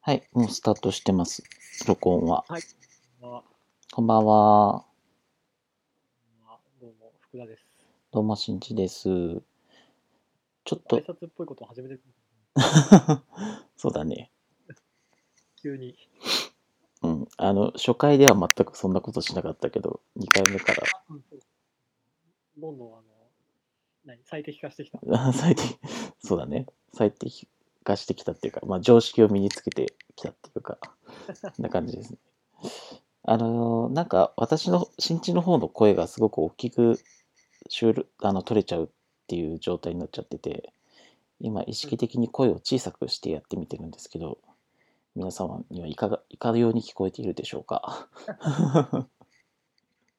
はい、もうスタートしてます。録音は。あ、こんばんは。まあ、どうも、福田です。どうも、しんちです。ちょっ挨と、拶っぽいことを初めて、 そうだね。急に。うん。あの、初回では全くそんなことしなかったけど、2回目かどんどん、あの、何、最適化してきた。ら、 最適、そうだね。最適化してきたっていうか、まあ、常識を身につけてきたっていうか、そんな感じですね。 あの、なんか、私の、新地の方の声がすごく大きく、収録、あの、取れちゃうっていう状態になっちゃってて、今、意識的に声を小さくしてやってみてるんですけど、皆様にはいかが、いかように聞こえているでしょうか。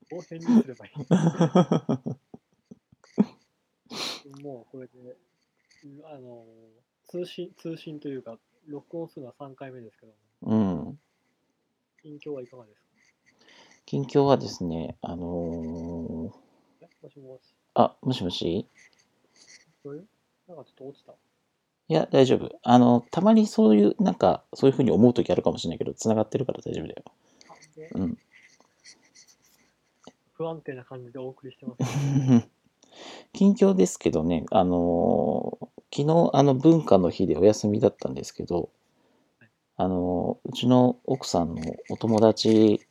どう変にすればいい もう、これで、あの、通信、通信というか、録音するのは3回目ですけど、うん。近況はいかがですか近況はですね、あのーえもしもし、あ、もしもしどういうなんかちょっと落ちた。いや、大丈夫。あの、たまにそういう、なんか、そういうふうに思うときあるかもしれないけど、繋がってるから大丈夫だよ。あでうん。 不安定な感じでお送りしてます。近況ですけどね、あのー昨日あの文化の日でお休みだったんですけど、あのーうちの奥さんのお友達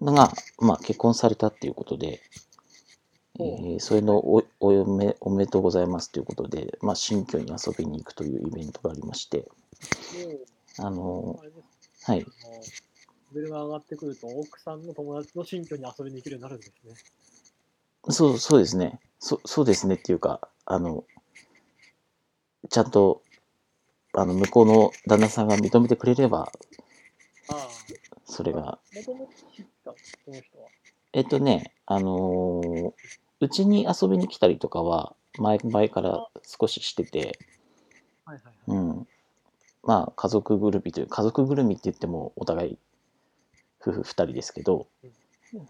が、まあ、結婚されたっていうことで、えおうーそれのおお嫁おめでとうございますということで、まあ、新居に遊びに行くというイベントがありまして、あものう、あれですーはい、あのレベルが上がってくると、奥さんの友達の新居に遊びに行けるようになるんですね。そう、そうですね。そそうですねっていうか、あの、ちゃんと、あの、向こうの旦那さんが認めてくれれば、ああ、それが、もともと知った、その人は。えっとね、あのーうちに遊びに来たりとかは、前、前から少ししてて、はいはいはうい。ん。まあ、家族ぐるみという、家族ぐるみって言っても、お互い、夫婦二人ですけど、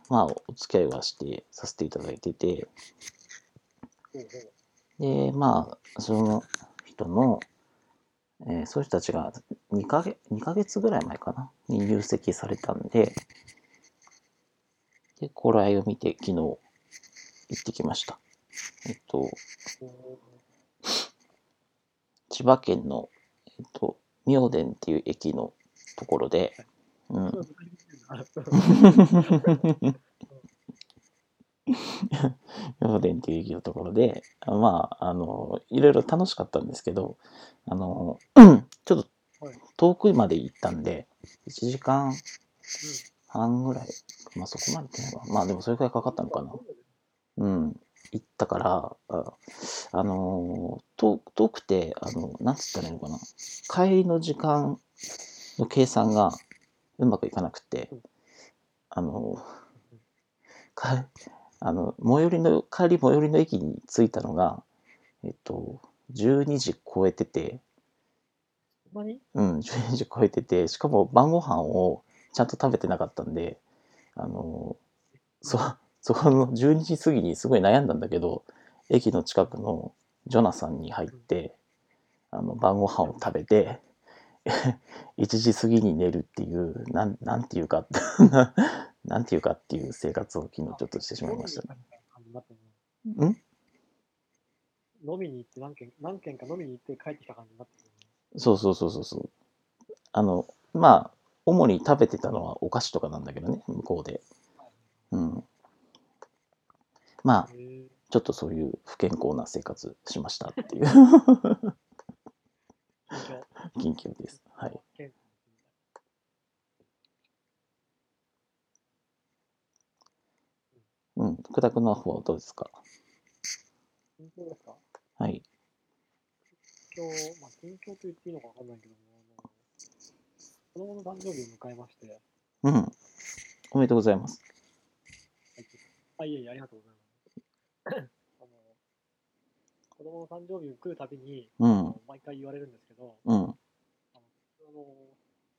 まあ、お付き合いはして、させていただいてて、ほうほうで、まあ、その人の、えーそういう人たちが2ヶ月、2ヶ月ぐらい前かな、に入籍されたんで、で、ご来を見て昨日行ってきました。えっと、ほ千葉県の、えっと、明殿っていう駅のところで、ううほんう。あ 明殿っていう駅のところで、あまあ、あの、いろいろ楽しかったんですけど、あの、 ちょっとはい遠くまで行ったんで、1時間半ぐらい、まあそこまで行ってないかなまあでもそれくらいかかったのかな。うん。行ったから、あ、あのー遠遠くて、あの、なんつったらいいのかな。帰りの時間の計算がうまくいかなくてうん、あのかあの、最寄りの、帰り最寄りの駅に着いたのが、えっと、12時超えてて、ほんまにうん、12時 超えてて、しかも晩ご飯をちゃんと食べてなかったんで、あの、そ、 そこの12時過ぎにすごい悩んだんだけど、駅の近くのジョナサンに入って、あの、晩ご飯を食べて、1時過ぎに寝るっていう、なん、なんていうか、 なんていうかっていう生活を昨日ちょっとしてしまいましたね。ん飲みに行って何軒、何軒か飲みに行って帰ってきた感じになってる。そうそうそうそうそう。あの、まあ、主に食べてたのはお菓子とかなんだけどね、向こうで。うん。まあ、へえちょっとそういう不健康な生活しましたっていう 緊近況急です。はい。健うん。福田君の方はどうですか近況ですかはい。近況、まあ、近況と言っていいのかわかんないけども、あの子供の誕生日を迎えまして、うん。おめでとうございます。あ、いえいえ、ありがとうございます。あ の子供の誕生日に来るたびに、うあん。の毎回言われるんですけど、うん。あの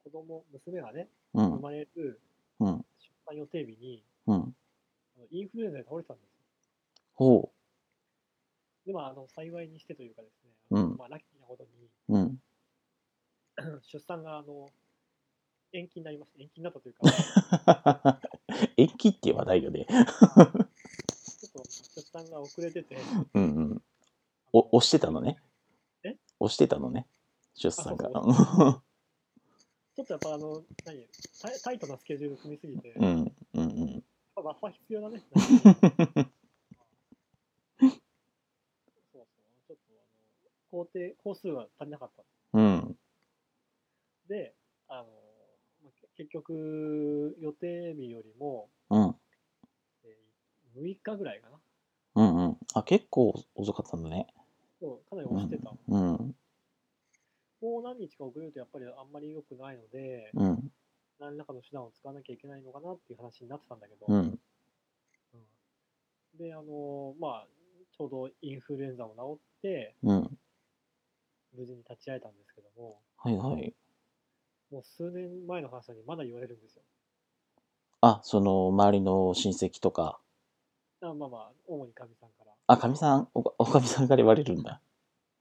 子供、娘がね、う生ん。まれるうん。出産予定日に、うん。あのインフルエンザで倒れてたんですよ。ほで、まあ、あの幸いにしてというかですね、うんまあ、ラッキーなことに、う。うん。出産があの延期になりました延期になったというか 延期っていう話題よね。ちょっと出産が遅れててうんうん。お押してたのね。え押してたのね。出産が。あちょっとやっぱあの何タイタイトなスケジュール組みすぎて、うやっんうんうん。ぱバッファー必要だねそうそうちょっとあの工程工数が足りなかったうんであのまあけ結局予定日よりも、うんえー6日ぐらいかなうんうん。あ、結構遅かったんだね。そうかなり押してた、うんもう何日か遅れるとやっぱりあんまり良くないので、うん何らかの手段を使わなきゃいけないのかなっていう話になってたんだけど、うんうんで、あのーまあ、ちょうどインフルエンザも治って、うん。無事に立ち会えたんですけども、はいはい。もう数年前の話なのにまだ言われるんですよ。あ、その周りの親戚とか。あまあまあ、主にかみさんから、あ、かみさん、おかおかみさんから言われるんだ。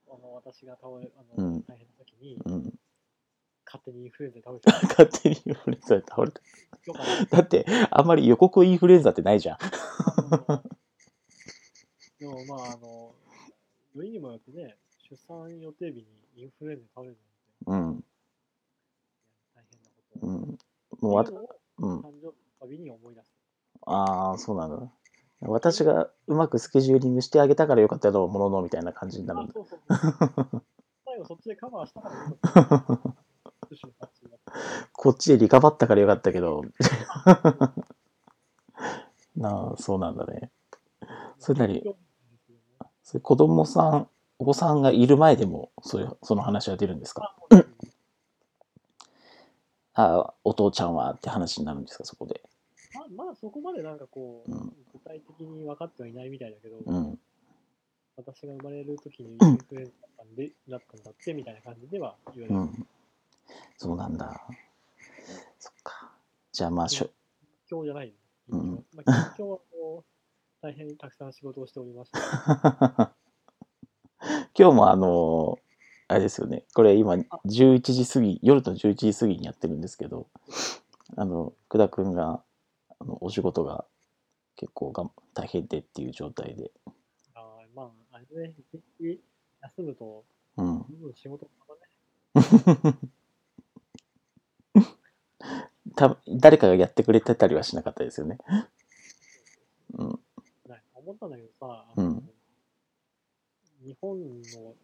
あの私が倒れ、あのうん大変な時に、うん。勝手にインフルエンザで倒れてた勝手にインフルエンザで倒れた。よかっただって、あんまり予告インフルエンザってないじゃん。あのでもまあ、あの、よりにもよってね、出産予定日にインフルエンザで倒れるなんうん。て大変なこと。うっん。てもうわたいうのをうん。誕生日に思い出す。ああ、そうなんだ。私がうまくスケジューリングしてあげたからよかったのもののみたいな感じになるんあだ。そうそうそう最後そっちでカバーしたからよかった。女子の感じだったこっちでリカバったからよかったけど。 なあ、そうなんだね。 それなりそれ子供さん、お子さんがいる前でも、そういう、その話は出るんですかああ、お父ちゃんはって話になるんですか、そこで。まあ、まあ、そこまでなんかこう、うん具体的に分かってはいないみたいだけど、うん。私が生まれる時にインフルエンザだったんで、だったんだってみたいな感じでは言われうる。ん。そうなんだ。そっか。じゃあまあ、しょ今日じゃない。うんまあ、緊張はこう、大変たくさん仕事をしておりました。今 日もあのあれですよねこれ今11時過ぎ夜の11時過ぎにやってるんですけどあの久田君があのお仕事が結構がん大変でっていう状態で、あーまあ、あれね、一日休むと、うん、どんどん仕事がね、た誰かがやってくれてたりはしなかったですよね。うん、なんか思ったんだけどさ、うんあの日本の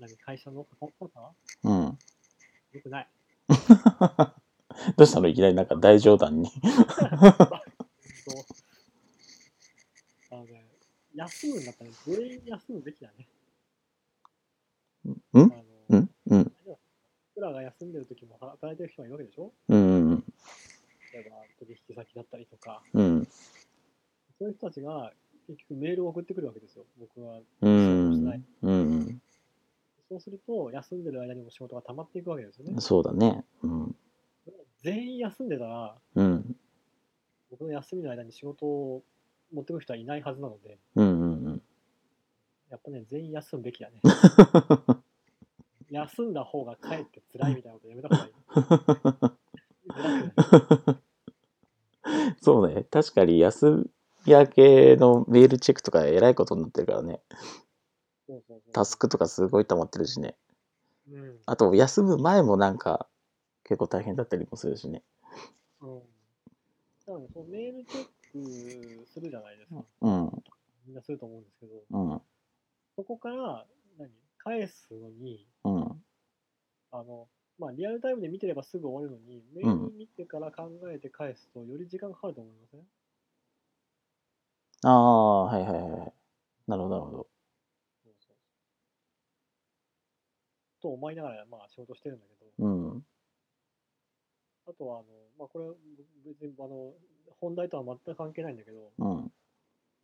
何会社のコンサーうん、 よくない。どうしたのいきなりなんか大冗談に。そうあのね、休むんだったら全員休むべきだね。んあうのんうん僕らが休んでる時も働いてる人がいるわけでしょうん例えば取引先だったりとか、うんそういう人たちが結局メールを送ってくるわけですよ、僕は。うんうんうんそうすると、休んでる間にも仕事が溜まっていくわけですよね。そうだね。うん全員休んでたら、うん僕の休みの間に仕事を持ってくる人はいないはずなので、うんうんうんやっぱね、全員休む べきだね。休んだ方がかえって辛いみたいなことやめた方がいい。辛くないそうね。確かに休み明けのメールチェックとかえらいことになってるからね。そうそうそうタスクとかすごい溜まってるしね。うん。うん。あと、休む前もなんか結構大変だったりもするしね。なので、そのメールチェックするじゃないですか。うん、みんなすると思うんですけど、うん、そこから、何返すのに、うん、あの、まあ、リアルタイムで見てればすぐ終わるのに、メール見てから考えて返すと、より時間かかると思いません、ああ、はいはいはい。なるほど、なるほど。そうそう。と思いながら、まあ、仕事してるんだけど、うん、あとは、あの、まあ、これ、別に、あの、本題とは全く関係ないんだけど、うん、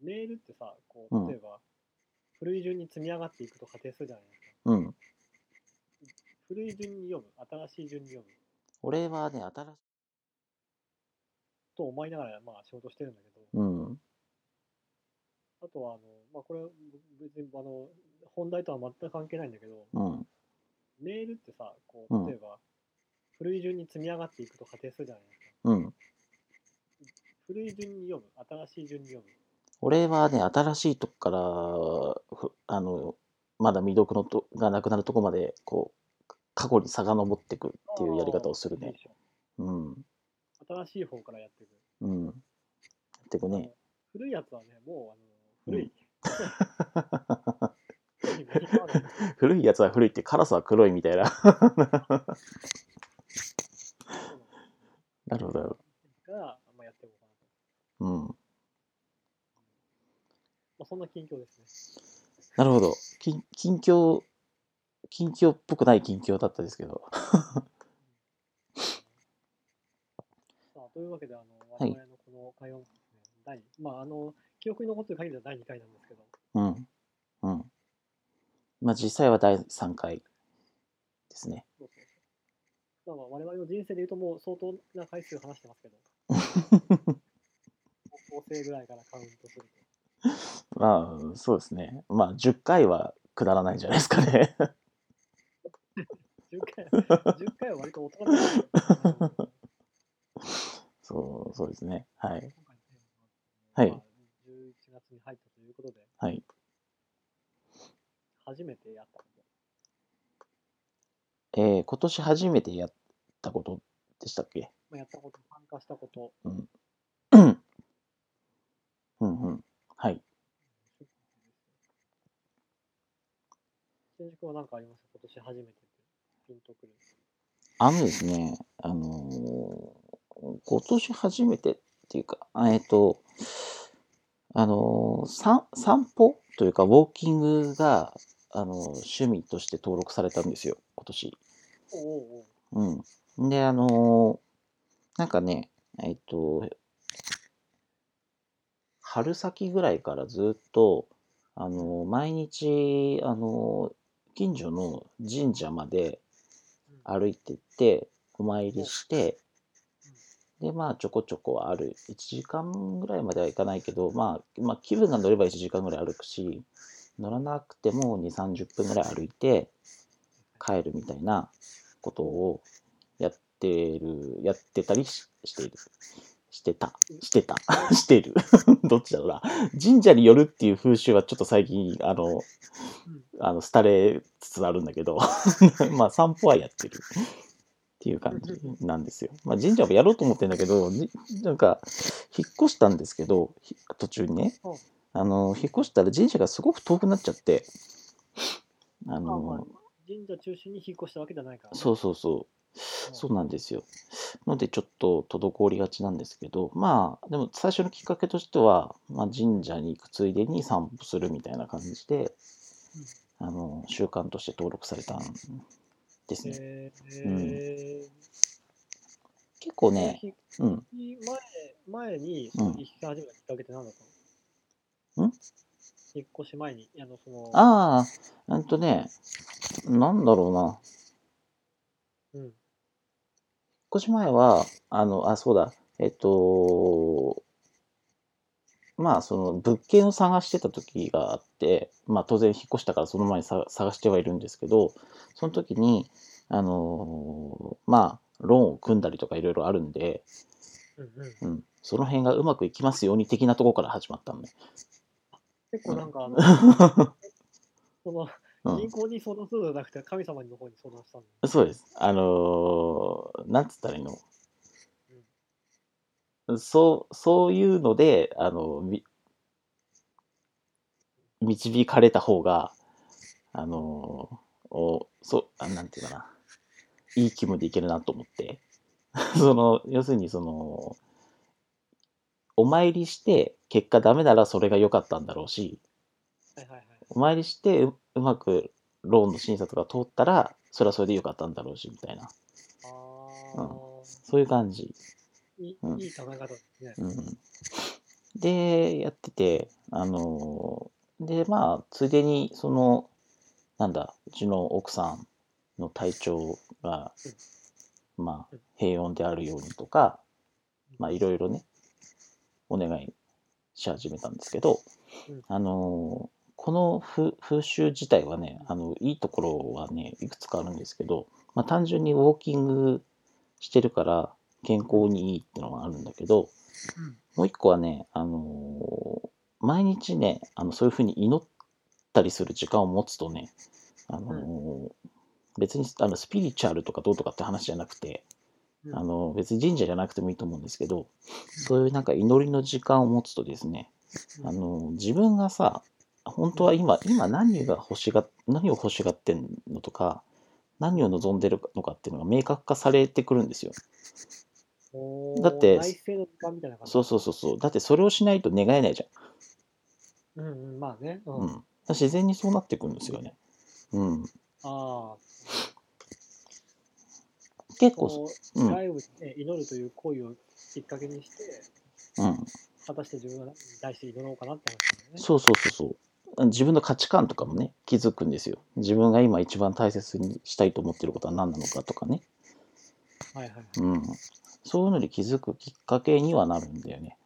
メールってさ、こうんう、例えば、古い順に積み上がっていくと仮定するじゃないですか。うん。古い順に読む、新しい順に読む、俺はね、新しい。と思いながら、まあ、仕事してるんだけど、うん、あとは、あの、まあ、これ、別に、あの、本題とは全く関係ないんだけど、うん、メールってさ、こうんう、例えば、古い順に積み上がっていくと仮定するじゃないですか。うん。古い順に読む、新しい順に読む。俺はね、新しいとこからふ、あの、まだ未読のとがなくなるとこまで、こう、過去に遡っていくっていうやり方をするいいねで。しょうん。新しい方からやっていく。うん。やっていくね。古いやつはね、もう、あの、古い。古いやつは古いって、カラスは黒いみたいな。 なるほど。 が、あんまやっていこうかなと。うん。まあ、そんな近況ですね。なるほど。近近況、近況っぽくない近況だったですけど。さあ、というわけで、あの、は我い々のこの会話もですね、第、まあ、あの、記憶に残ってる限りは第2回なんですけど、うん。うん。まあ実際は第3回ですね。そうそうそうまあ、我々の人生で言うともう相当な回数話してますけど、高校生ぐらいからカウントすると。まあそうですね。まあ10回はくだらないんじゃないですかね。 10回、10回は割と大人だったんですけどそう、そうですね。はい。今回のテーマはまいあ11月に入ったということで、はい。初めてやったこと。えー今年初めてやったことでしたっ けまあ、やったこと、参加したこと、うん。うんうん。はい。新宿は何かあります今年初めてってピンとくる。あのですね、あのー今年初めてっていうか、あえっと、あのーさ散歩というか、ウォーキングが、あのー趣味として登録されたんですよ、今年。おうおうおううん。で、あのーなんかね、えっと、春先ぐらいからずっと、あのー毎日、あのー近所の神社までうん歩いてって、お参りして、で、まあ、ちょこちょこ歩る。1時間ぐらいまでは行かないけど、まあ、まあ、気分が乗れば1時間ぐらい歩くし、乗らなくても2、30分ぐらい歩いて帰るみたいなことをやってる、やってたりししている。してた。してた。 している。どっちだろうな。神社によるっていう風習はちょっと最近、あの、うんあの、廃れつつあるんだけど、 まあ散歩はやってるっていう感じなんですよ。まあ神社もやろうと思ってんだけど、じなんか、引っ越したんですけど、ひ途中にねうん、あの、引っ越したら神社がすごく遠くなっちゃって、ああまあの、神社中心に引っ越したわけじゃないからね、そうそうそう。そうなんですよ。のでちょっと滞りがちなんですけど、まあでも最初のきっかけとしては、まあ、神社に行くついでに散歩するみたいな感じで、あの習慣として登録されたんですね。えーうんえー結構ね、引っうん、越し前前にうん引っ越し始めたきっかけって何だったの、ん引っ越し前に、あの、その、ああ、うんとね、なんだろうな、うん、引っ越し前は、あの、あ、そうだ、えっと、まあ、その物件を探してた時があって、まあ、当然引っ越したからその前にさ探してはいるんですけど、その時に、あのーまあ、ローンを組んだりとかいろいろあるんで、うん、うん。うん、その辺がうまくいきますように的なところから始まったのね。結構なんか、あの、その、うん銀行に相談するのじゃなくて、神様の方に相談したんだ。そうです。あのーなんつったらいいの、そう、そういうので、あの、み導かれた方が、あのおそうあ、なんていうかな、いい気分でいけるなと思って、 その、要するにその、お参りして、結果ダメならそれが良かったんだろうし、はいはいはい。お参りしてううまくローンの審査とか通ったら、それはそれで良かったんだろうし、みたいな、あそういう感じ。ーいいうんいい考え方ですね。うんで、やってて、あのーで、まあ、ついでに、その、なんだ、うちの奥さんの体調が、まあ、平穏であるようにとか、まあ、いろいろね、お願いし始めたんですけどうん、あのこのふ風習自体はねあのいいところはねいくつかあるんですけど、まあ、単純にウォーキングしてるから健康にいいってのはあるんだけどもう一個はね、あのー毎日ねあのそういうふうに祈ったりする時間を持つとね、あのー別にあのスピリチュアルとかどうとかって話じゃなくて、うんあの別に神社じゃなくてもいいと思うんですけどそういうなんか祈りの時間を持つとですねあの自分がさ本当は今今何が欲しが何を欲しがってんのとか何を望んでるのかっていうのが明確化されてくるんですよ。おだって内政の時間みたいな感じ。そうそうそうそうだってそれをしないと願えないじう。うんうん、まあね。うゃん。ん。うあん、自然にそうなってくるんですよね。うん、あ、結構、こうの、んライブで祈るという行為をきっかけにして、うん、果たして自分に対して祈ろうかなって話なんだよね。そうそうそうそう自分の価値観とかもね気づくんですよ自分が今一番大切にしたいと思ってることは何なのかとかね、はいはいはい。うん、そういうのに気づくきっかけにはなるんだよね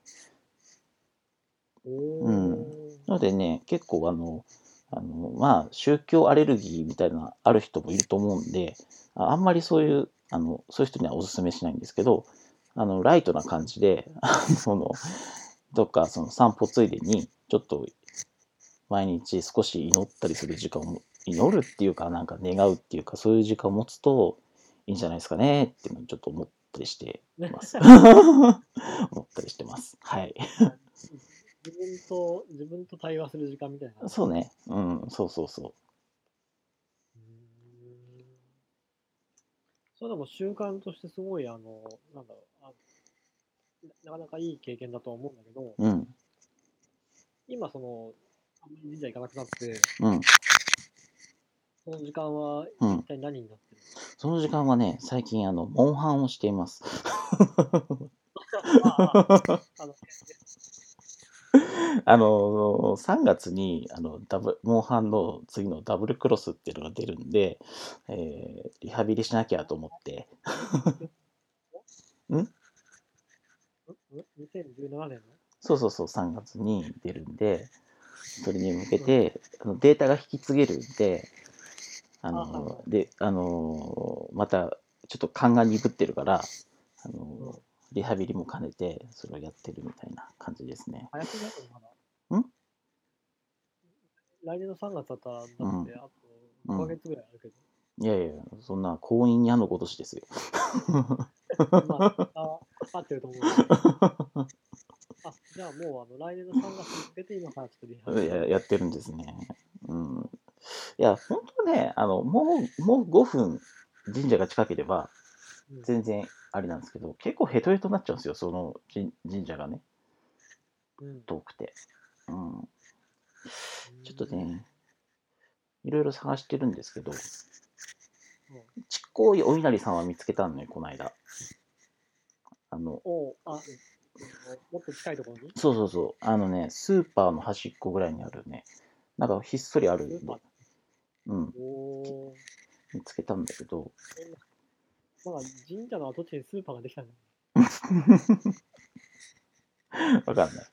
おうんお。なのでね結構あのあのまあ宗教アレルギーみたいなのある人もいると思うんでああんまりそういうあのそういう人にはおすすめしないんですけどあのライトな感じで あのそのどっかその散歩ついでにちょっと毎日少し祈ったりする時間を祈るっていうかなんか願うっていうかそういう時間を持つといいんじゃないですかねっていうのをちょっと思ったりして ます。思ったりしてます。はい。自分と、自分と対話する時間みたいな。そうね。うん、そうそうそう。うーんそれでも習慣としてすごい、あの、なんだろうあな、なかなかいい経験だとは思うんだけど、うん、今その、あんまり神社行かなくなって、うん。その時間はうん一体何になってる その時間はね、最近、あの、モンハンをしています。のあああの、 あの、3月に、あの、ダブ、モンハンの次のダブルクロスっていうのが出るんで、えーリハビリしなきゃと思って、んん ?2017 年そうそうそう、3月に出るんで、それに向けて、あのデータが引き継げるんで、ああはいはの、で、あの、また、ちょっと勘が鈍ってるから、あの、リハビリも兼ねて、それをやってるみたいな感じですね。の早くなったのかなん来年の3月だったらだって、あとうん5ヶ月ぐらいあるけど、いやいや、そんな、婚姻やのごとしですよ。まあ、あ合ってると思う。あ、じゃあもうあの来年の3月に向けて今からちょっとリハいややってるんですね。うん、いや、本当ね、あのもうもう5分神社が近ければうん全然ありなんですけど、結構ヘトヘトになっちゃうんですよ、その神神社がね、うん遠くて。うん、ちょっと。ね、いろいろ探してるんですけど、ちっこいお稲荷さんは見つけたのね、この間。あの、おうあ、もっと近いところにそうそうそう、あのね、スーパーの端っこぐらいにあるね、なんかひっそりあるんでスーパー、うん、おー見つけたんだけど、まあ神社の跡地にスーパーができたんだ。わかんない。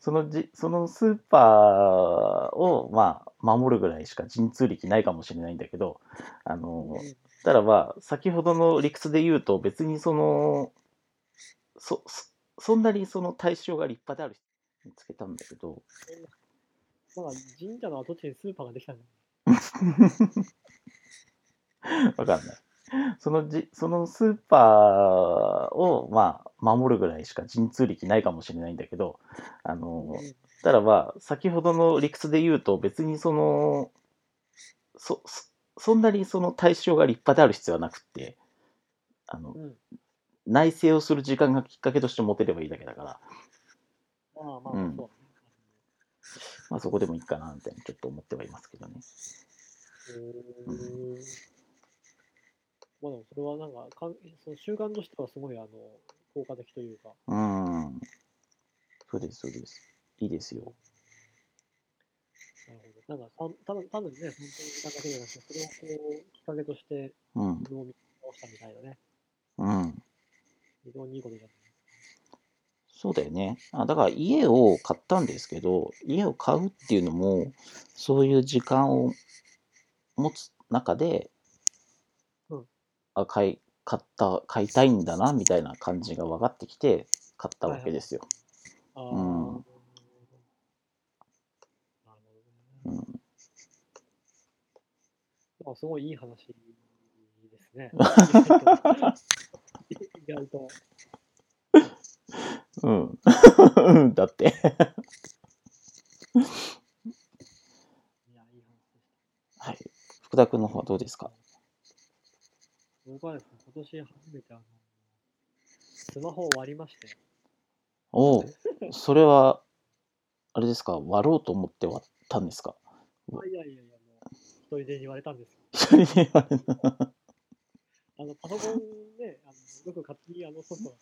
そのじそのスーパーを、まあ、守るぐらいしか神通力ないかもしれないんだけど、あの、ただまあ、先ほどの理屈で言うと、別にその、そ、そそんなにその対象が立派である人見つけたんだけど、まあ神社の跡地にスーパーができたんだ。わかんない。そのじそのスーパーを、まあ、守るぐらいしか神通力ないかもしれないんだけど、あの、ただまあ先ほどの理屈で言うと別にそのそそそんなにその対象が立派である必要はなくってあのうん。内省をする時間がきっかけとして持てればいいだけだから、まあまあうんそまあ、そこでもいいかなみたいなちょっと思ってはいますけどねう。うーんまあでもそれはなんかかんその習慣としてはすごいあの効果的というか。うんそうですそうですいいですよなるほど。なんか、たんただ単にね、本当に時間だけじゃなくて、それをこう、きっかけとして、うん自分を見直したみたいなね、うん非常にいいことじゃない。そうだよねあだから家を買ったんですけど家を買うっていうのもそういう時間を持つ中で、うんあ買い買った買いたいんだなみたいな感じが分かってきて買ったわけですよ。ああ、うんなるうほどね。んまあ、すごいいい話で すね。意外と。うん。うん だって。いや、いい話でしはい。福田君の方はどうですたか。僕はですね、今年初めてあの、スマホを割りまして、おお、それは、あれですか、割ろうと思って割ったんですか。うわあいやいやいや、もう、一人で言われたんですよ。一人で割るのあの、パソコンね、あのよく勝手にあのソフトが、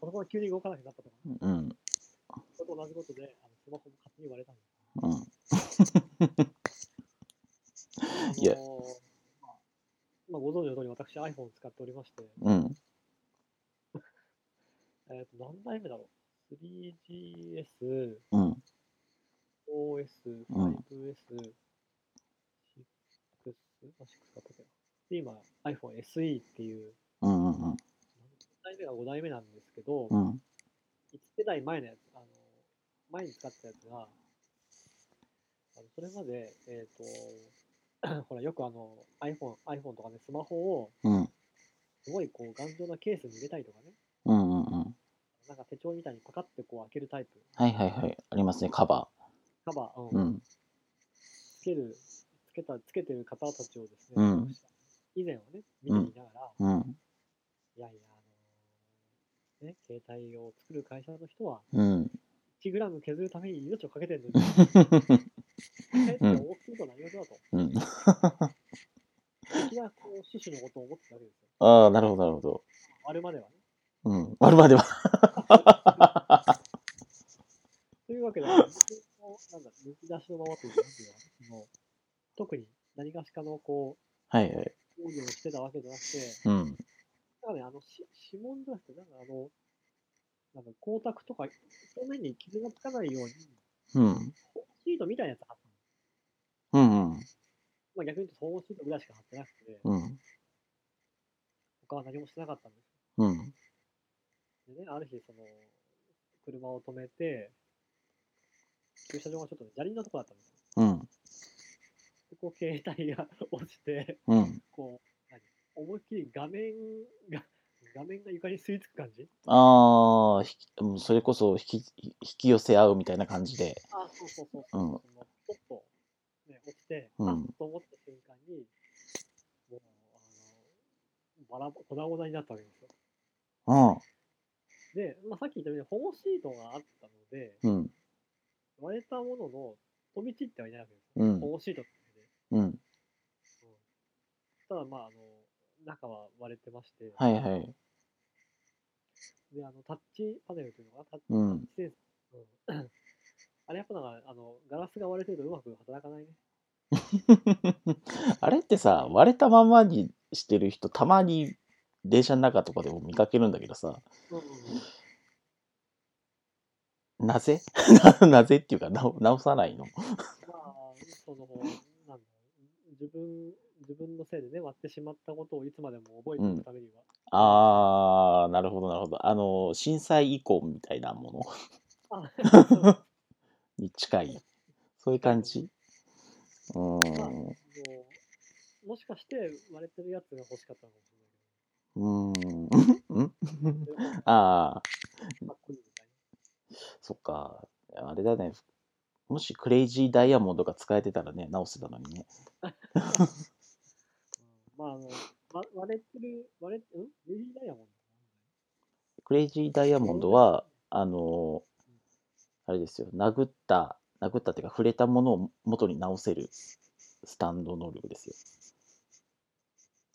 パソコンが急に動かなくなったとか、うん。それと同じことで、あのスマホも勝手に割れたんです。うん。あのーいやまあまあ、ご存知の通り、私 iPhone を使っておりまして、うん。えー、と何代目だろう ?3GS、うん。 OS、うん 5S、6、あ、6だったっけなで、今、iPhone SE っていう、うん。うん。 4代目が5代目なんですけど、うん。うん1世代前のやつ、あの前に使ってたやつが、あのそれまで、えっ、と、ほ ら、よくあの iPhone、iPhone とかね、スマホを、うん。すごいこう頑丈なケースに入れたりとかね、うん。うん。なんか手帳みたいにパカってこう開けるタイプ、はいはいはい。ありますね、カバカバー、ー。ううんん。つける、つけた、つけてる方たちをですね、うん以前はね、見ていながら、うん。いやいや、あのね、携帯を作る会社の人は、うん。 1グラム削るために命をかけてるのに、えってうん大きいことは何事だと、うん。的なこう趣旨のことを思ってたわけですよ。ああ、なるほど、なるほど。あれまではね。うん。割るまでは。というわけで、僕のなんだ、抜き出しのままというか、なんていうのかなその特に何がしかのこはいはい。う、応用をしてたわけじゃなくて、うん。なんかね、あの、し指紋じゃなくて、なんかあの、なんか光沢とか、表面に傷がつかないように、うん。保護シートみたいなやつ貼ったの。うん。うん。まあ逆に言うと、保護シートぐらいしか貼ってなくて、うん。他は何もしてなかったんでうん。すでね、ある日、その、車を止めて、駐車場がちょっとね、砂利のとこだったんですよ。うん。で、こう、携帯が 落ちて、うん。こう、何思いっきり画面が、画面が床に吸い付く感じああ、ひきうんそれこそ引き引き寄せ合うみたいな感じで。あ、そうそうそううんそのポッと、ね、落ちて、うんあっと思った瞬間に、もう、あの、バラ、粉々になったわけですよ。うん。で、まあ、さっき言ったように保護シートがあったので、うん。割れたものの飛び散ってはいないわけですよ。うん保。護シートってで、うん。うんただ、まあ、あの、中は割れてまして、はいはい。で、あの、タッチパネルというのかな、タッチうん。センサー。うん あれやっぱなんか、あの、ガラスが割れてるとうまく働かないね。 あれってさ、割れたままにしてる人、たまに電車の中とかでも見かけるんだけどさ、うん、なぜ なぜっていうか、なお直さないの。まあ、その、なんだ自分、自分のせいでね、割ってしまったことをいつまでも覚えていくためには。あー、なるほど、なるほど。あの、震災遺恨みたいなもの あに近い。そういう感じうーもうもしかして割れてるやつが欲しかったのかもしん。うーん。 んれないけど。あかっこいいみたいー、そっか。あれだね。もしクレイジーダイヤモンドが使えてたらね、直せたのにね。な。うん、まあ、あの、わ割れてる、割れて、うんレジダイヤモンクレイジーダイヤドモンドは、、あのーあれですよ、殴った、殴ったっていうか、触れたものを元に直せるスタンド能力ですよ。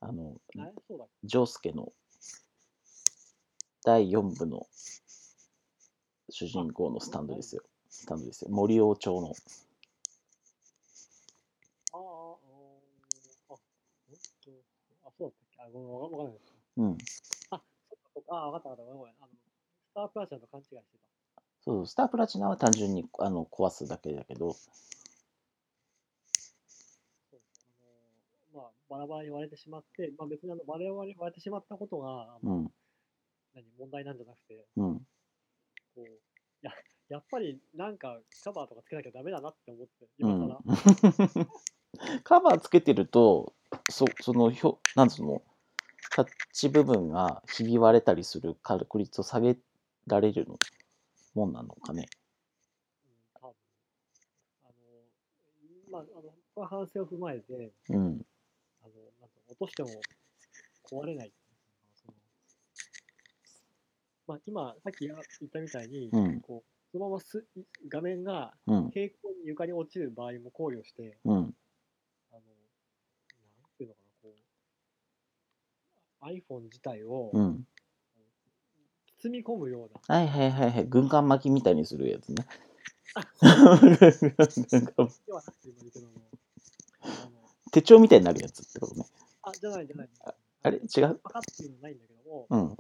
あの、あれそうだっジョースケの第4部の主人公のスタンドですよ。スタンドですよ。森王朝の。けああ、ああ、あ、うんあ、そうだったっけあ、ごめん、わかわかんない。うん。あ、そっかそっか、あ、わかったわかった、ごめんごめん。あの、スタープラチナと勘違いしてた。そう、スタープラチナは単純にあの壊すだけだけど、そうあのまあ、バラバラに割れてしまって、まあ、別にあのバラバラに割れてしまったことが、あうのん、何問題なんじゃなくてうん、こうや、やっぱりなんかカバーとかつけなきゃダメだなって思って、う今更、ん。 カバーつけてると、そその表、なんつうの、タッチ部分がひび割れたりする確率を下げられるのもんなのかね。うん、多分あの、まあ、あの、ここは反省を踏まえて、うん、あの、なんか落としても壊れないっていうのが。そのまあ、今、さっき言ったみたいに、うん、こう、そのまます画面がうん、平行に床に落ちる場合も考慮して、うん、あの、なんていうのかな、こう、iPhone 自体をうん。包み込むような、はいはいはいはい。軍艦巻きみたいにするやつね。 ではなくてもいいけども、あの、手帳みたいになるやつってことね。あ、じゃないじゃない。あれ違うパカッていうのはないんだけども、うん、あの、なん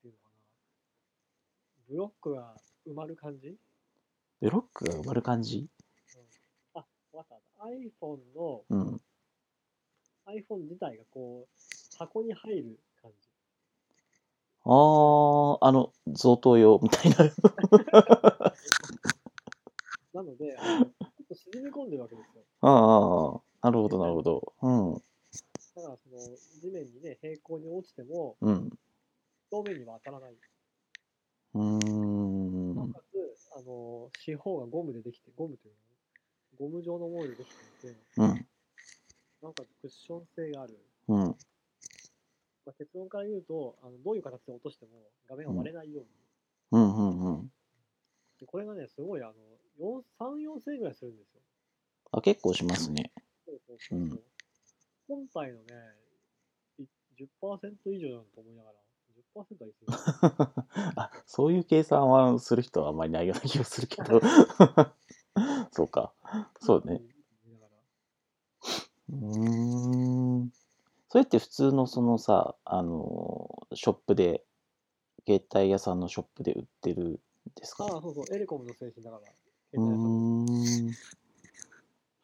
ていうのかな、ブロックが埋まる感じブロックが埋まる感じわかった。iPhone の、うん。 iPhone 自体がこう、箱に入る感じ。あー、あの、贈答用みたいな。 なので、あのちょっと沈み込んでるわけですよ。ああ、なるほど、なるほど。うん、だから、その、地面にね、平行に落ちても、うん。表面には当たらない。うーなおん。かつ、あの、四方がゴムでできて、ゴムというのゴム状のものでできていて、うん。なんかクッション性がある。うん。まあ、結論から言うとあの、どういう形で落としても画面が割れないように。うん。うん。うん。でこれがね、すごい、あの、4 3、4千円ぐらいするんですよ。あ、結構しますね。そうそうそうそううん本体のね、い10%以上だと思いながら、10%は言い過ぎたあ、そういう計算はする人はあんまりないような気がするけど。 そうか。 そうね。。言いながらうーん。それって普通のそのさ、あの、ショップで、携帯屋さんのショップで売ってるんですかああ、そうそう、エレコムの製品だから。うーん。そ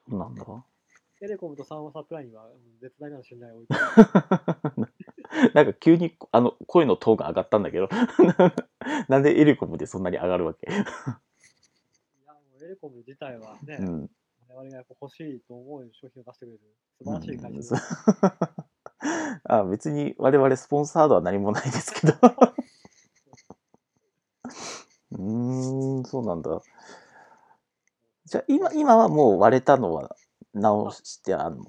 うなんだ。エレコムとサンワサプライにはうん絶大なる信頼を置 いてる。なんか急にあの声のトーンが上がったんだけど なんでエレコムでそんなに上がるわけ、いや、もうエレコム自体はね、うん、我々がやっぱ欲しいと思う商品を出してくれる素晴らしい会う社んだ。あ別に我々スポンサードは何もないですけど うーんそうなんだじゃあ今今はもう割れたのは直してあるの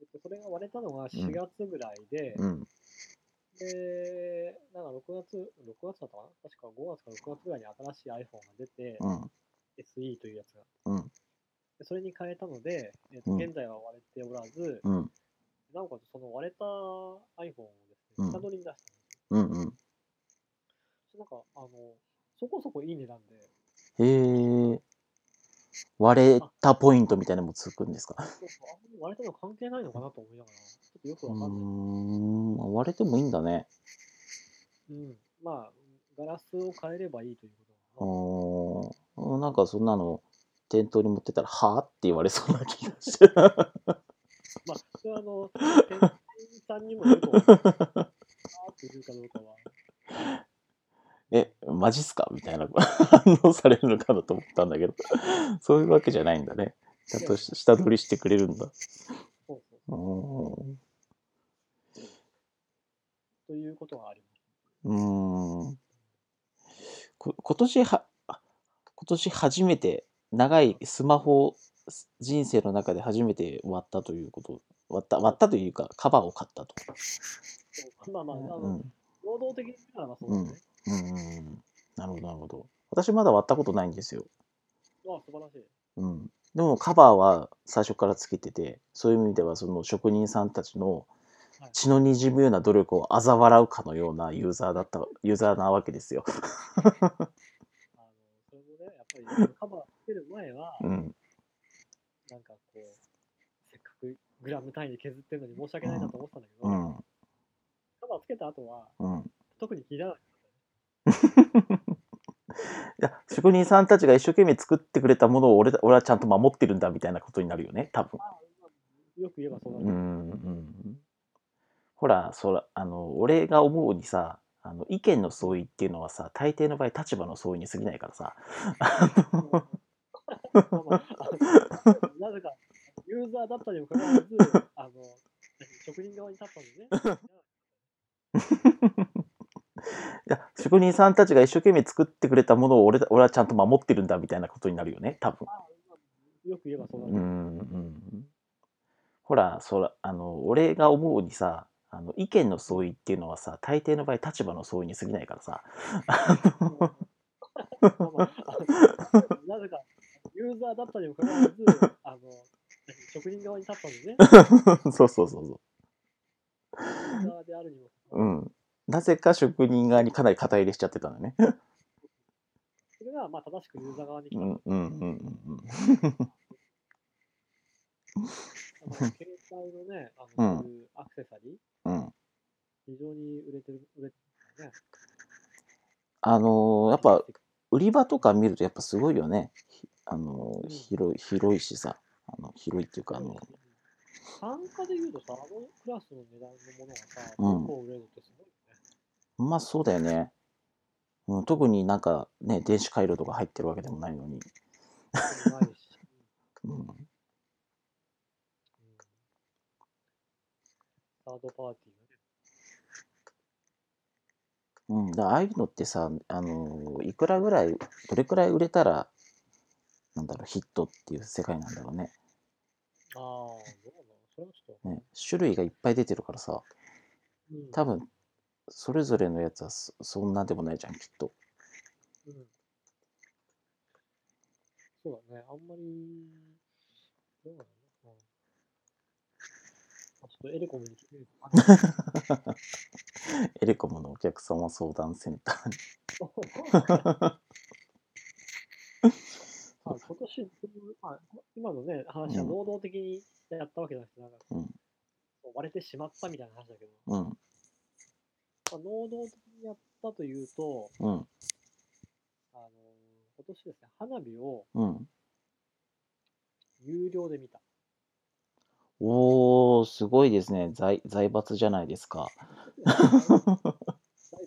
えっとそれが割れたのが4月ぐらいで、うんで、なんか6月、6月だったかな確か5月か6月ぐらいに新しい iPhone が出て、うん SE というやつが。うんでそれに変えたので、えっとうん現在は割れておらず、うんなおかつその割れた iPhone をですうんね、下取りに出したんですうんうんよ。なんか、あの、そこそこいい値段で、へえ割れたポイントみたいなのもつくんですかそうそうあんまり割れたの関係ないのかなと思いながら、ちょっとよくうーわかんない。ん割れてもいいんだねうん。まあ、ガラスを変えればいいということなのかおーなんかそんなの店頭に持ってたら「はあ?」って言われそうな気がしてな。まあ、それはあの、店員さんにもよると思う。あーって言うかどうかは。 えマジっすかみたいな反応されるのかなと思ったんだけど そういうわけじゃないんだねちゃんとし下取りしてくれるんだそうそう。うーんということがあります。うーんこ今年は今年初めて長いスマホを人生の中で初めて割ったということ割った割ったというかカバーを買ったと、そうまあまあ、あうの、ん能動的に言うならばそうですね。うんうんうんなるほどなるほど私まだ割ったことないんですよ、まあ、素晴らしい。うん、でもカバーは最初からつけててそういう意味ではその職人さんたちのはい血の滲むような努力を嘲笑うかのようなユーザーだったユーザーなわけですよ、あの、それもね、やっぱりカバーつける前は、うん、なんかこう、せっかくグラム単位で削ってるのに申し訳ないなと思ってたんだけど、うんカバーつけた後は、うん特に気にならなかっや職人さんたちが一生懸命作ってくれたものを俺た俺はちゃんと守ってるんだみたいなことになるよね多分よく言えばそうだうね。んうんほらそらあの俺が思うにさあの意見の相違っていうのはさ大抵の場合立場の相違に過ぎないからさまあまああのなぜか、ユーザーだったにもかかわらず、あの、職人側に立ったんでね。いや職人さんたちが一生懸命作ってくれたものを俺た俺はちゃんと守ってるんだみたいなことになるよね多分よく言えばそうだうね。んうんほらそらあの俺が思うにさあの意見の相違っていうのはさ大抵の場合立場の相違に過ぎないからさ まあまああのなぜか、ユーザーだったにもかかわらず、あの、職人側に立ったんでね。そうそうそうそユーザーであるにもかかうわらず。うんなぜか職人側にかなり肩入れしちゃってたのねそれが、まあ、正しくユーザー側に来うた。んうんうんうんうん まあ携帯のね、あの、うんそういうアクセサリー、うん非常に売れてる、売れてるね。あのーやっぱ売り場とか見るとやっぱすごいよねひあのー広い広いしさあの広いっていうかあの単価で言うとさ、あのクラスの値段のものがさ、結うん構売れるってすごいよね。まあそうだよね、うん、特になんかね電子回路とか入ってるわけでもないのに、うまいし。うん、うんサードパーティーがね。うん、だからああいうのってさ、あのいくらぐらい、どれくらい売れたら、なんだろう、ヒットっていう世界なんだろうね。ああ、どうなのそれはちょっと。ね種類がいっぱい出てるからさ、うん多分それぞれのやつはそそんなでもないじゃん、きっと。うんそうだね、あんまり、どうなのうんあちょっとエレコムに聞いてあエレコムのお客様相談センターに。 あ今年、まあ、今のね、話はうん能動的にやったわけじゃなくて、なんか、うん割れてしまったみたいな話だけど、うん、まあ、能動的にやったというと、うん、あの今年ですね、花火をうん。有料で見た。おー、すごいですね。財財閥じゃないですか。大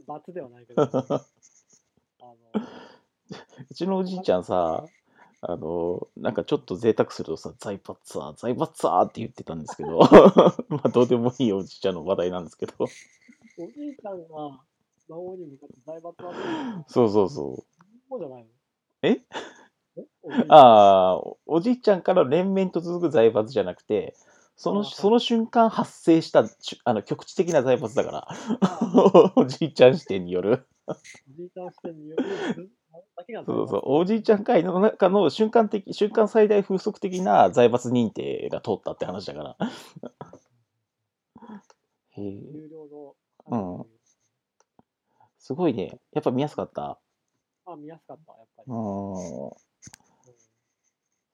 罰ではないけ ど、あの、うちのおじいちゃんさ、あの、なんかちょっと贅沢するとさ、財閥さ、財閥さって言ってたんですけど、 まあどうでもいいおじいちゃんの話題なんですけど、おじいちゃんが魔王に向かって財閥はどういうそうそうそそうじゃないのええおじう。 いちゃんああ、おじいちゃんから連綿と続く財閥じゃなくて、そあのーその瞬間発生したちゅあの局地的な財閥だから、 あおじいちゃん視点による。おじいちゃん視点によるだけが財閥そうそうそう、おじいちゃん界の中の瞬間的、瞬間最大風速的な財閥認定が通ったって話だから。へえ。有料の。うんすごいね。やっぱ見やすかった。あ、見やすかった、やっぱり。うん。そうん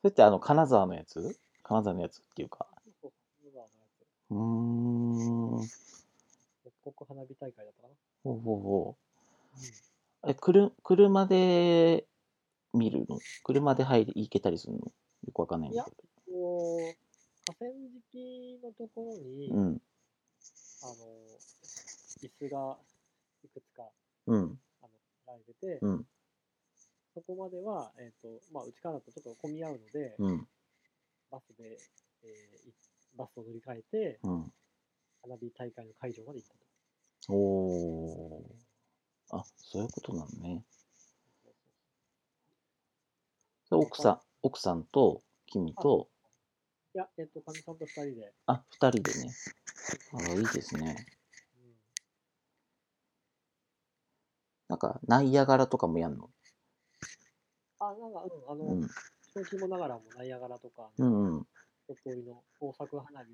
れってあの、金沢のやつ金沢のやつっていうか。そうそう金沢のやつうーん。北国花火大会だったかな。ほうほうほう。え、くる、車で見るの車で入り、行けたりするのよくわかんないんだけこう、河川敷のところに、ど。うん。あの、椅子がいくつかうん。あの並べて、うん。そこまでは、えっ、と、まあ、うちからだとちょっと混み合うので、うん。バスで、えーいバスを乗り換えて、うん。花火大会の会場まで行ったと。おー。あ、そういうことなのね。それ奥さん、奥さんと君と、いや、えっ、と、かみさんと二人で、あ、二人でね。あ、いいですね。うん、なんか、ナイアガラとかもやんのあ、なんか、うん、あうの、ん。小規模ながらもナイアガラとか、うんうん。一通りの工作花火みたい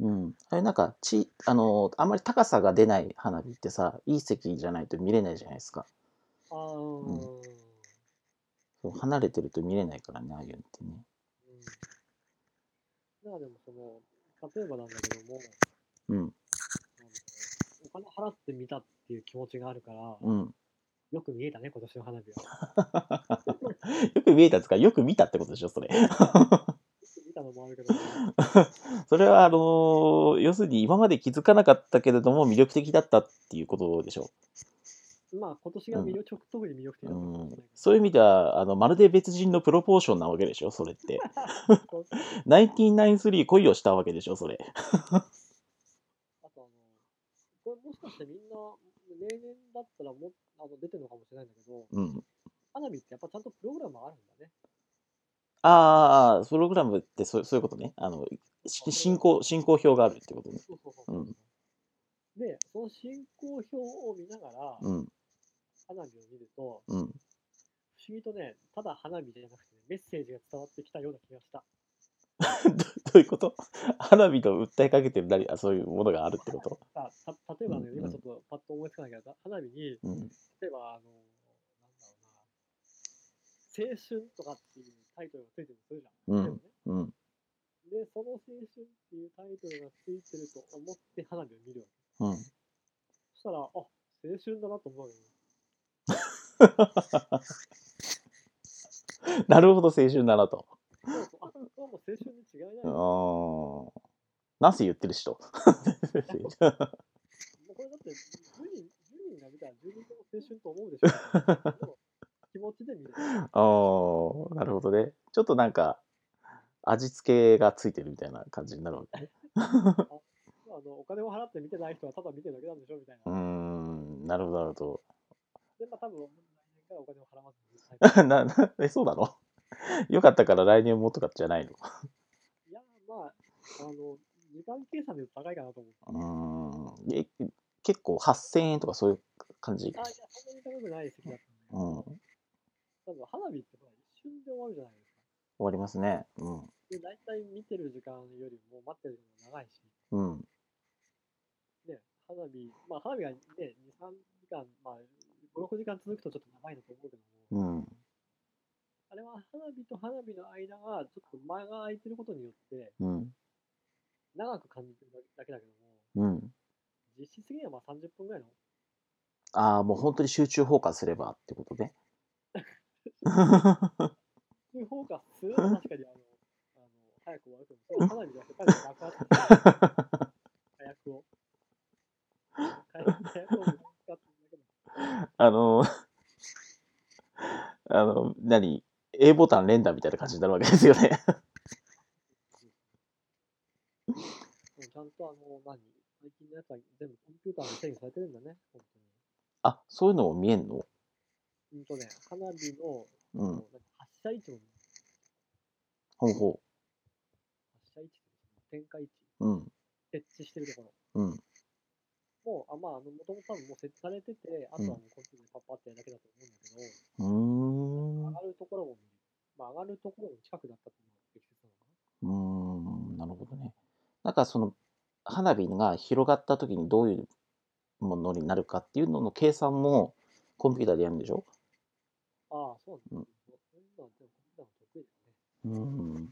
うん、あれなんかちあのあんまり高さが出ない花火ってさいい席じゃないと見れないじゃないですかな。あー、うん、うん。そう離れてると見れないからねああいうのってねだからでも、その、例えばなんだけども、うんあのお金払ってみたっていう気持ちがあるから、うんよく見えたね、今年の花火は。 よく見えたんですかよく見たってことでしょそれ。 見たのもあるけど、それは、あのー要するに今まで気づかなかったけれども魅力的だったっていうことでしょまあ今年が魅力、特に魅力的う。だっうんたかもしれないけど。そういう意味では、あの、まるで別人のプロポーションなわけでしょそれって。1993恋をしたわけでしょそれ。あとあの、これもしかしてみんな、例年だったらもあの出てるのかもしれないんだけど、うん。花火ってやっぱちゃんとプログラムあるんだね。ああ、プログラムってそうそういうことね。あの、し進行、進行表があるってことね。そうそうそう。うんで、その進行表を見ながら、うん、花火を見ると、 うん。不思議とね、ただ花火じゃなくて、ね、メッセージが伝わってきたような気がした。どどういうこと花火と訴えかけてる何あそういうものがあるってことあた例えばね、うんうん今ちょっとパッと思いつかないけど、花火に、うん。例えば、あの、なんだろうな、青春とかっていうタイトルがついてるとするじゃん。うんでもねうん。で、その青春っていうタイトルがついてると思って花火を見るわけ。うん。そしたら、あ青春だなと思うわけよ。なるほど、青春だなと。そうそうあ、これはもう青春に違いない。うもーん。なんせ言ってるし と。うこれだって、10人、10人が見たら10人とも青春と思うでしょ。でも気持ちで見る。あーなるほどね。ちょっとなんか、味付けがついてるみたいな感じになるわけね。あのお金を払って見てない人はただ見てるだけなんでしょみたいうーな。ん、なるほど、なるほど。で、まあ多分、来年からお金を払わずに見た い。な、な、え、そうなのよかったから来年もとかじゃないのいや、まあ、あの、時間計算で言うと高いかなと思う。うーんえ結構8000円とかそういう感じあ、いや、そんなに高くない席だったうんで。ん終多分、花火ってほら一瞬で終わるじゃないですか。わりますねうんで、大体見てる時間よりも待ってる時間が長いし、うんね、花火、まあ花火がね、2、3時間、まあ、5、6時間続くとちょっと長いなと思うけども、うんあれは花火と花火の間がちょっと間が空いてることによって、うん長く感じてるだけだけども、うん実質的にはまあ30分ぐらいのああもう本当に集中放火すればってことね そういう方がすると確かにあの、あの早く終わるけど、その花火じゃなくて、彼が爆発して、火薬を。火薬火薬を使ってるだけだあの あの何 A ボタン連打みたいな感じになるわけですよね でもちゃんとあの、何最近のやつは全部コンピューターに制御されてるんだね、本当あそういうのも見えんのに。うんとね、花火の、うあのん発射位置も、ほうほ発射位置っていうの展開位置、ううん設置してるところ。うんもう、あまあ、あの、もともと多分もう設置されてて、あとはもうコンピューターでパッパってやるだけだと思うんだけど、うーん上がるところも見る、まあ、上がるところも近くだったっていうのが適切うーん、なのかな。なるほどね。なんかその花火が広がった時にどういうものになるかっていうのの計算もコンピューターでやるんでしょああ、そうなんうんだ。そういうのはでも、普段は得意だようーね。ん。うん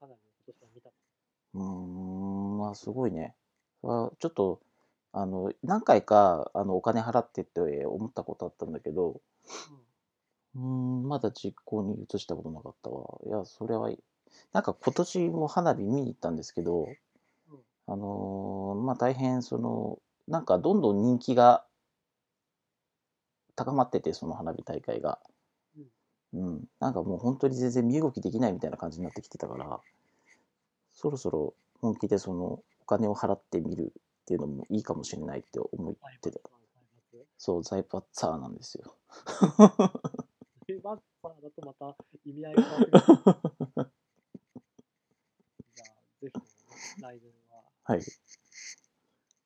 花火を今年は見た。うーん、まあすごいね。あちょっと、あの、何回かあのお金払ってって思ったことあったんだけど、うーん、まだ実行に移したことなかったわ。いや、それはいい。なんか今年も花火見に行ったんですけど、うん。あのーまあ大変そのなんかどんどん人気が高まっててその花火大会が、うんなんかもう本当に全然身動きできないみたいな感じになってきてたからそろそろ本気でそのお金を払ってみるっていうのもいいかもしれないって思っ財閥てた財閥そう財閥ツアーなんですよ財閥だとまた意味合いが変わってくる。じゃあ、ぜひともね、来年は。はい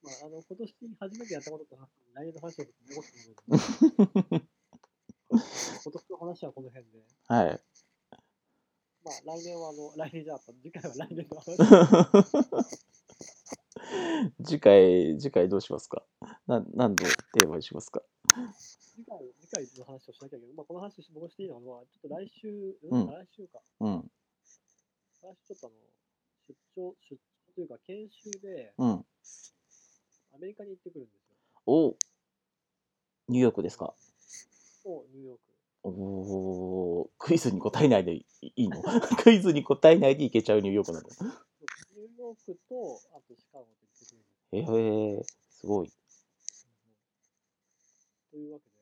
まあ、あの、今年初めてやったことって話して来年の話を残してもらう。今年の話はこの辺で。はいまあ、来年は、あの、来年じゃなかった。次回は来年の話。次回次回どうしますかな何度テーマにしますか次回、次回の話をしなきゃいけない。まあ、この話僕していいのは、ちょっと来週、ううんん、来週か。うん私ちょっとあの、出張、出張というか研修でうんアメメリカに行ってくるんですよ。おニューヨークですかそう、ニューヨーク。おおークイズに答えないでいいの クイズに答えないでいけちゃうニューヨークなのそうニューヨークと、あとシカゴと行ってくるんですへえすごいというわけで、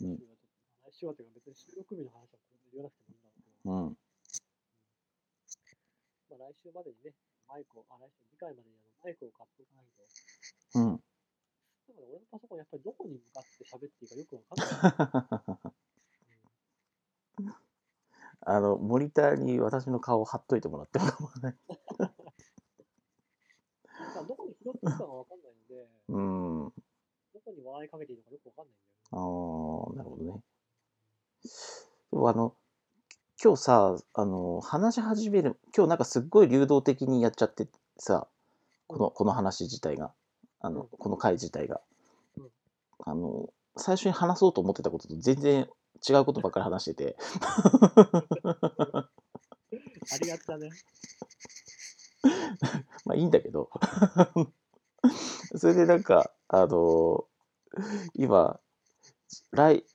あの来週はちょっと、来週はというか別に収録日の話はこれで言わなくてもいいんだけど、うんまあ、来週までにね、マイクを、あ、来週次回までにあのマイクを買っておかないと。うんでもね、俺のパソコンやっぱりどこに向かって喋っていいかよくわかん ない。 あのモニターに私の顔を貼っといてもらっても構わないなんかどこに拾ってきたかがわかんないので、うんあどこに笑いかけていいのかよくわかんないんだよね。あーなるほどねでもあの今日さあの話し始める今日なんかすっごい流動的にやっちゃってさこのこの話自体があの、うんこの回自体が、うんあの最初に話そうと思ってたことと全然違うことばっかり話しててありがちだね。 まあいいんだけどそれでなんかあの今来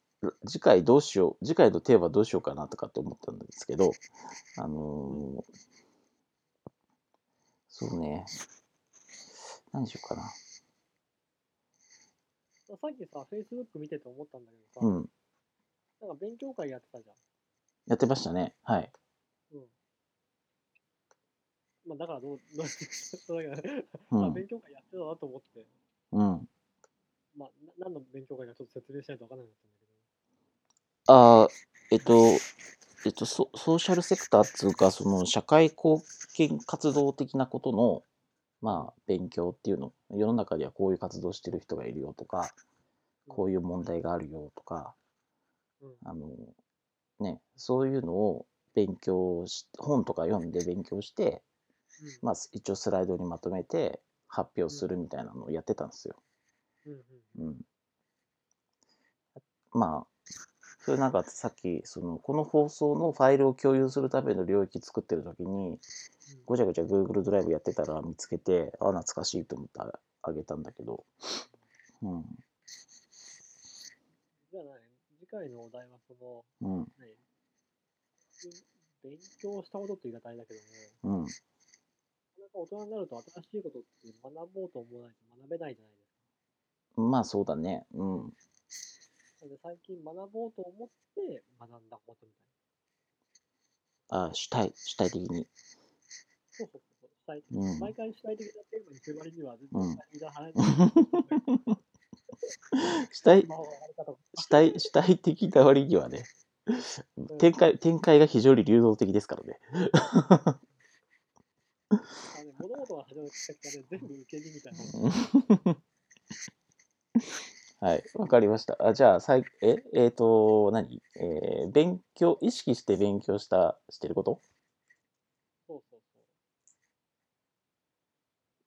次回どうしよう次回のテーマどうしようかなとかって思ったんですけどあのそうね何しようかなさっきさ、Facebook 見てて思ったんだけどさ、うんなんか勉強会やってたじゃん。やってましたねはいうん。まあだからどう、どうだから、うまあん勉強会やってたなと思って、うんまあ、な何の勉強会かちょっと説明しないとわかんないんだけあーえっと、えっと、ソソーシャルセクターっていうか、その社会貢献活動的なことの、まあ、勉強っていうの、世の中ではこういう活動してる人がいるよとか、こういう問題があるよとか、ど。うん。あの、ね、そういうのを勉強し、本とか読んで勉強して、まあ、一応スライドにまとめて発表するみたいなのをやってたんですよ。うん。うん。うんまあそれなんかさっきそのこの放送のファイルを共有するための領域作ってる時にごちゃごちゃ Google ドライブやってたら見つけてあ懐かしいと思ってあげたんだけど、うんじゃあ何次回のお題はその、うん何勉強したことって言い方あれだけども、うん、なかなか大人になると新しいことって学ぼうと思わないと学べないじゃないですまあそうだね、うん、か。なので最近学ぼうと思って学んだことみたいな。あ主体主体的に、そうそうそう。主体うん、毎回主体的なテーマにする割には全うん然主体的な話主体スマホのあり方も主体主体的な割にはね 展開展開が非常に流動的ですからねあのね物事が始まるきっかけがね、全部受け身みたいな。 はい、わかりました。あじゃあ、さいえ、えっ、と、何えー勉強、意識して勉強した、してることそうそうそ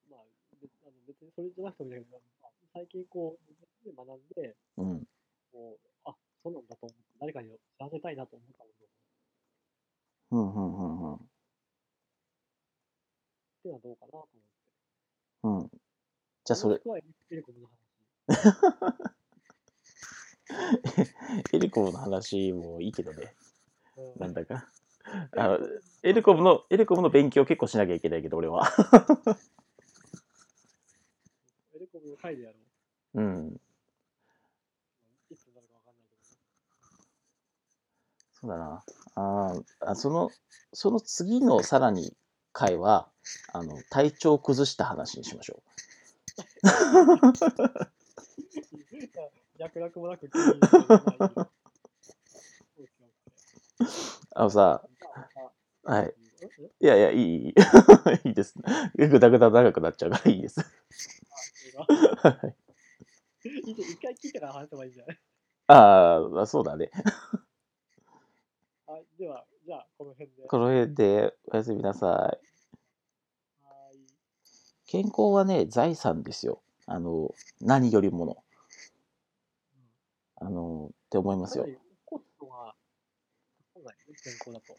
う。まあ、別あの別にそれじゃなくてもいいんだけど、まあ最近こう、自分で学んで、うん。こう、あ、そうなんだと思って、誰かに知らせたいなと思ったものっうん、うん、うん、うんていうのはどうかなと思って。。うん。じゃあ、そもれし、くはエレコムの話。エレコムの話もいいけどね。うんなんだか。あの、エレコムの、エレコムの勉強結構しなきゃいけないけど、俺は。エレコムの回でやろうう。ん。いつになるかわかんないけど。そうだな。あーあ、その、その次のさらに回は、あの、体調を崩した話にしましょ 脈絡もなく急に言うのもまあいいよう。あのさ、まあまあはい。うんいやいや、いい、い いいいです。ぐだぐだ長くなっちゃうからいいです。あそうだ一回聞いたから話せばいいんじゃないあーあ、そうだね。はい、では、じゃあ、この辺で。この辺でおやすみなさい。はい。健康はね、財産ですよ。あの、何よりもの。あの、って思いますかなよ。りコストが、そうだよね、健康だと。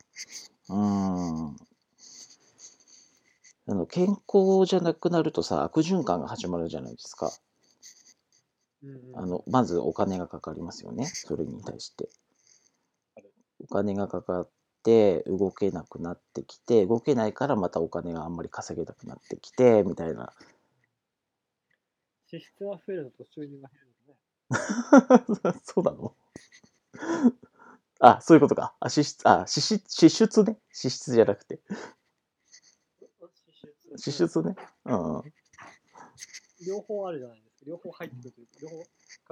うーん。あの健康じゃなくなるとさ悪循環が始まるじゃないですか。うんうんあのまずお金がかかりますよねそれに対してかる。お金がかかって動けなくなってきて動けないからまたお金があんまり稼げなくなってきてみたいな 支出は増えるのと収入が減るのとね。そうなの あそういうことかあ支出あ支出支出ね支出じゃなくて支支出。出ねうんうん両方あるじゃないですか。両方入ってくるというか、両方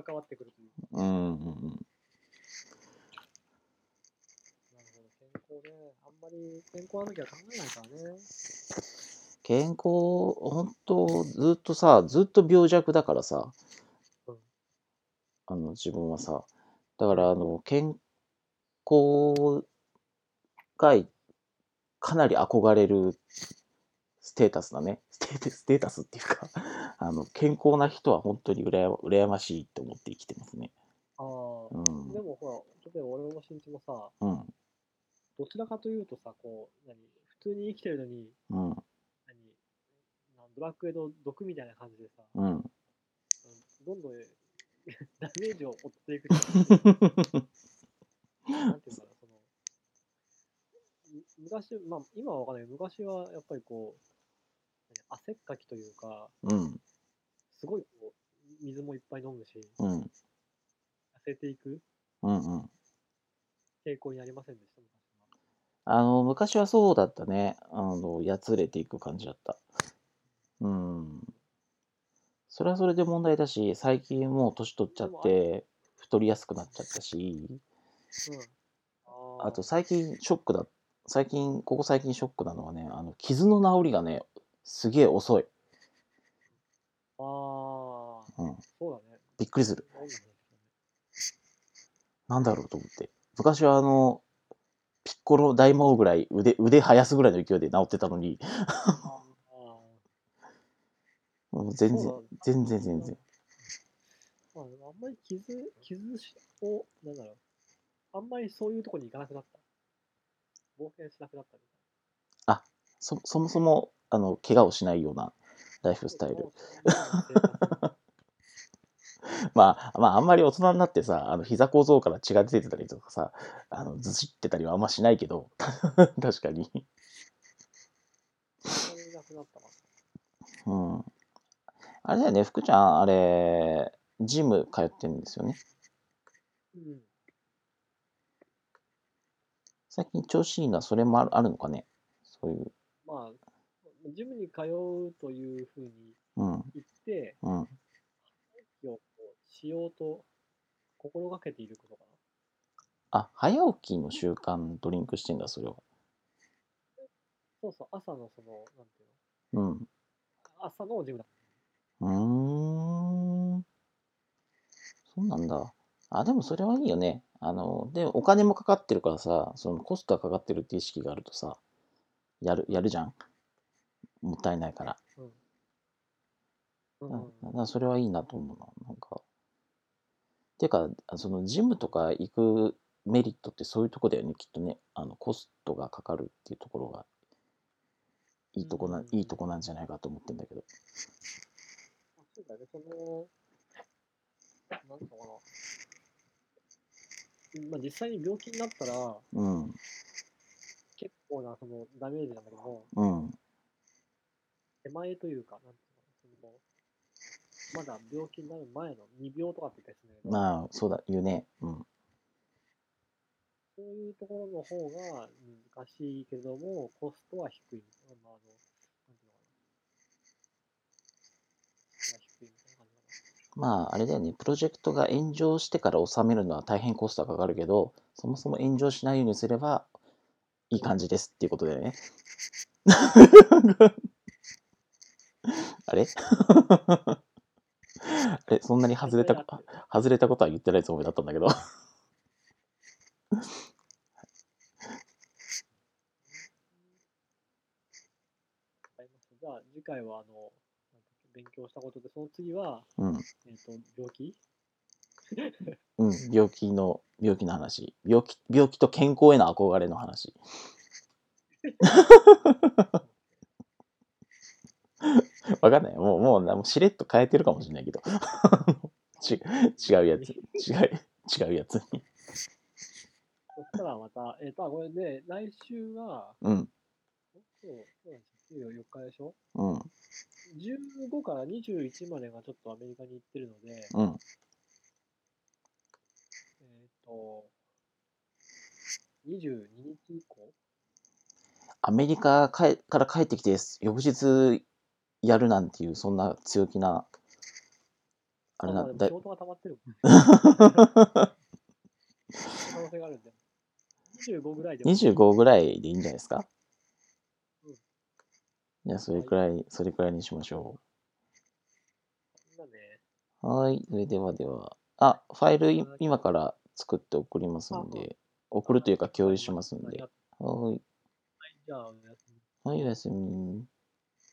関わってくるというか。うんうんなるほど。健康ね。あんまり健康な時は考えないからね。健康本当ずっとさずっと病弱だからさうんあの自分はさだからあの健康がいかなり憧れるステータスだねステータスステータスっていうか あの健康な人は本当に羨ま羨ましいと思って生きてますねああ。うんでもほら、例えば俺も身長もさ、うんどちらかというとさ、こう、何普通に生きてるのに、うん何なんドラクエの毒みたいな感じでさ、うんどんどん ダメージを負っていくっていうか。なんていうのかな、その、む昔、まあ、今はわかんないけど、昔はやっぱりこう、何汗っかきというか、うんすごいこう、水もいっぱい飲むし、うん痩せていくうんうん傾向にありませんでした、あの昔はそうだったねあのやつれていく感じだったうんそれはそれで問題だし最近もう年取っちゃって太りやすくなっちゃったし昔は。うん。あと最近ショックだ最近ここ最近ショックなのはねあの傷の治りがねすげえ遅い、あーあー、うん、そうだね。びっくりするそうなんで すよねなんだろうと思って昔はあのピッコロ大魔王ぐらい腕腕生やすぐらいの勢いで治ってたのにあーもう全そ然うな全んだ然全然まあ、あんまり傷、傷を、なんだろう。あんまりそういうとこに行かなくなった。冒険しなくなったみそそもそもあの怪我をしないようなライフたいな。スタイルもうそんなの生活まあまああんまり大人になってさあの膝構造から血が出てたりとかさあのずしってたりはあんましないけど 確かに、そんなになくなったわうん、あれだよね福ちゃんあれジム通ってるんですよねうん。最近調子いいのはそれもあるあるのかねそういうまあ、ジムに通うというふうにうん言って、うんをこうしようと心がけていることかあ早起きの習慣ドリンクしてんだそれはな。そうそう、朝のその、なんていううんの、朝のジムだ。うーん。そうなんだ。あ、でもそれはいいよね。あの、で、お金もかかってるからさ、そのコストがかかってるって意識があるとさ、やる、やるじゃん。もったいないから。うん。ううんん。だからそれはいいなと思うな。なんか。ていうか、そのジムとか行くメリットってそういうとこだよね、きっとね。あの、コストがかかるっていうところが、いいとこな、うんいいとこなんじゃないかと思ってんだけど。まあそうだね、その、なんていうのかな。まあ、実際に病気になったら、うん、結構なそのダメージなんだけども、うん、手前というか、なんていうのかな、そのまだ病気になる前の2秒とかって言ったりするんだけど、まあ、そうだ、言うね。うん。そういうところの方が難しいけども、コストは低い。まあ、あの、なんていうのかな。コストは低いみたいな感じかな。まああれだよね、プロジェクトが炎上してから収めるのは大変コストがかかるけど、そもそも炎上しないようにすればいい感じですっていうことだよね。 あれ あれそんなに外れたこ、外れたことは言ってないつもりだったんだけど。わかりましたじゃあ、次回は、あの、なんか勉強したことで、その次は、うん。えっ、と、病気うん。病気の、病気の話。病気、病気と健康への憧れの話。 わかんない。もう、もう、もうしれっと変えてるかもしれないけど。 ち違うやつ。違う、違うやつに。そしたらまた、えっ、と、あ、これね、来週は、うん、そう、そうなんですよ。14日でしょうん、 ?15 から21までがちょっとアメリカに行ってるので、うん。えっ、と、22日以降アメリカかえから帰ってきて、翌日やるなんていう、そんな強気な、あれなまんでもだ仕。事が溜まってる。可能性があるんで。25ぐらいでも。 25ぐらいでいいんじゃないですかうんいや、それくらい、それくらいにしましょだね。う。はーい。それではでは。あ、ファイルいはい今から作って送りますんあはで、送るというか共有しますんで。あはーい。じゃあ、お願いします。はい、おやすみ。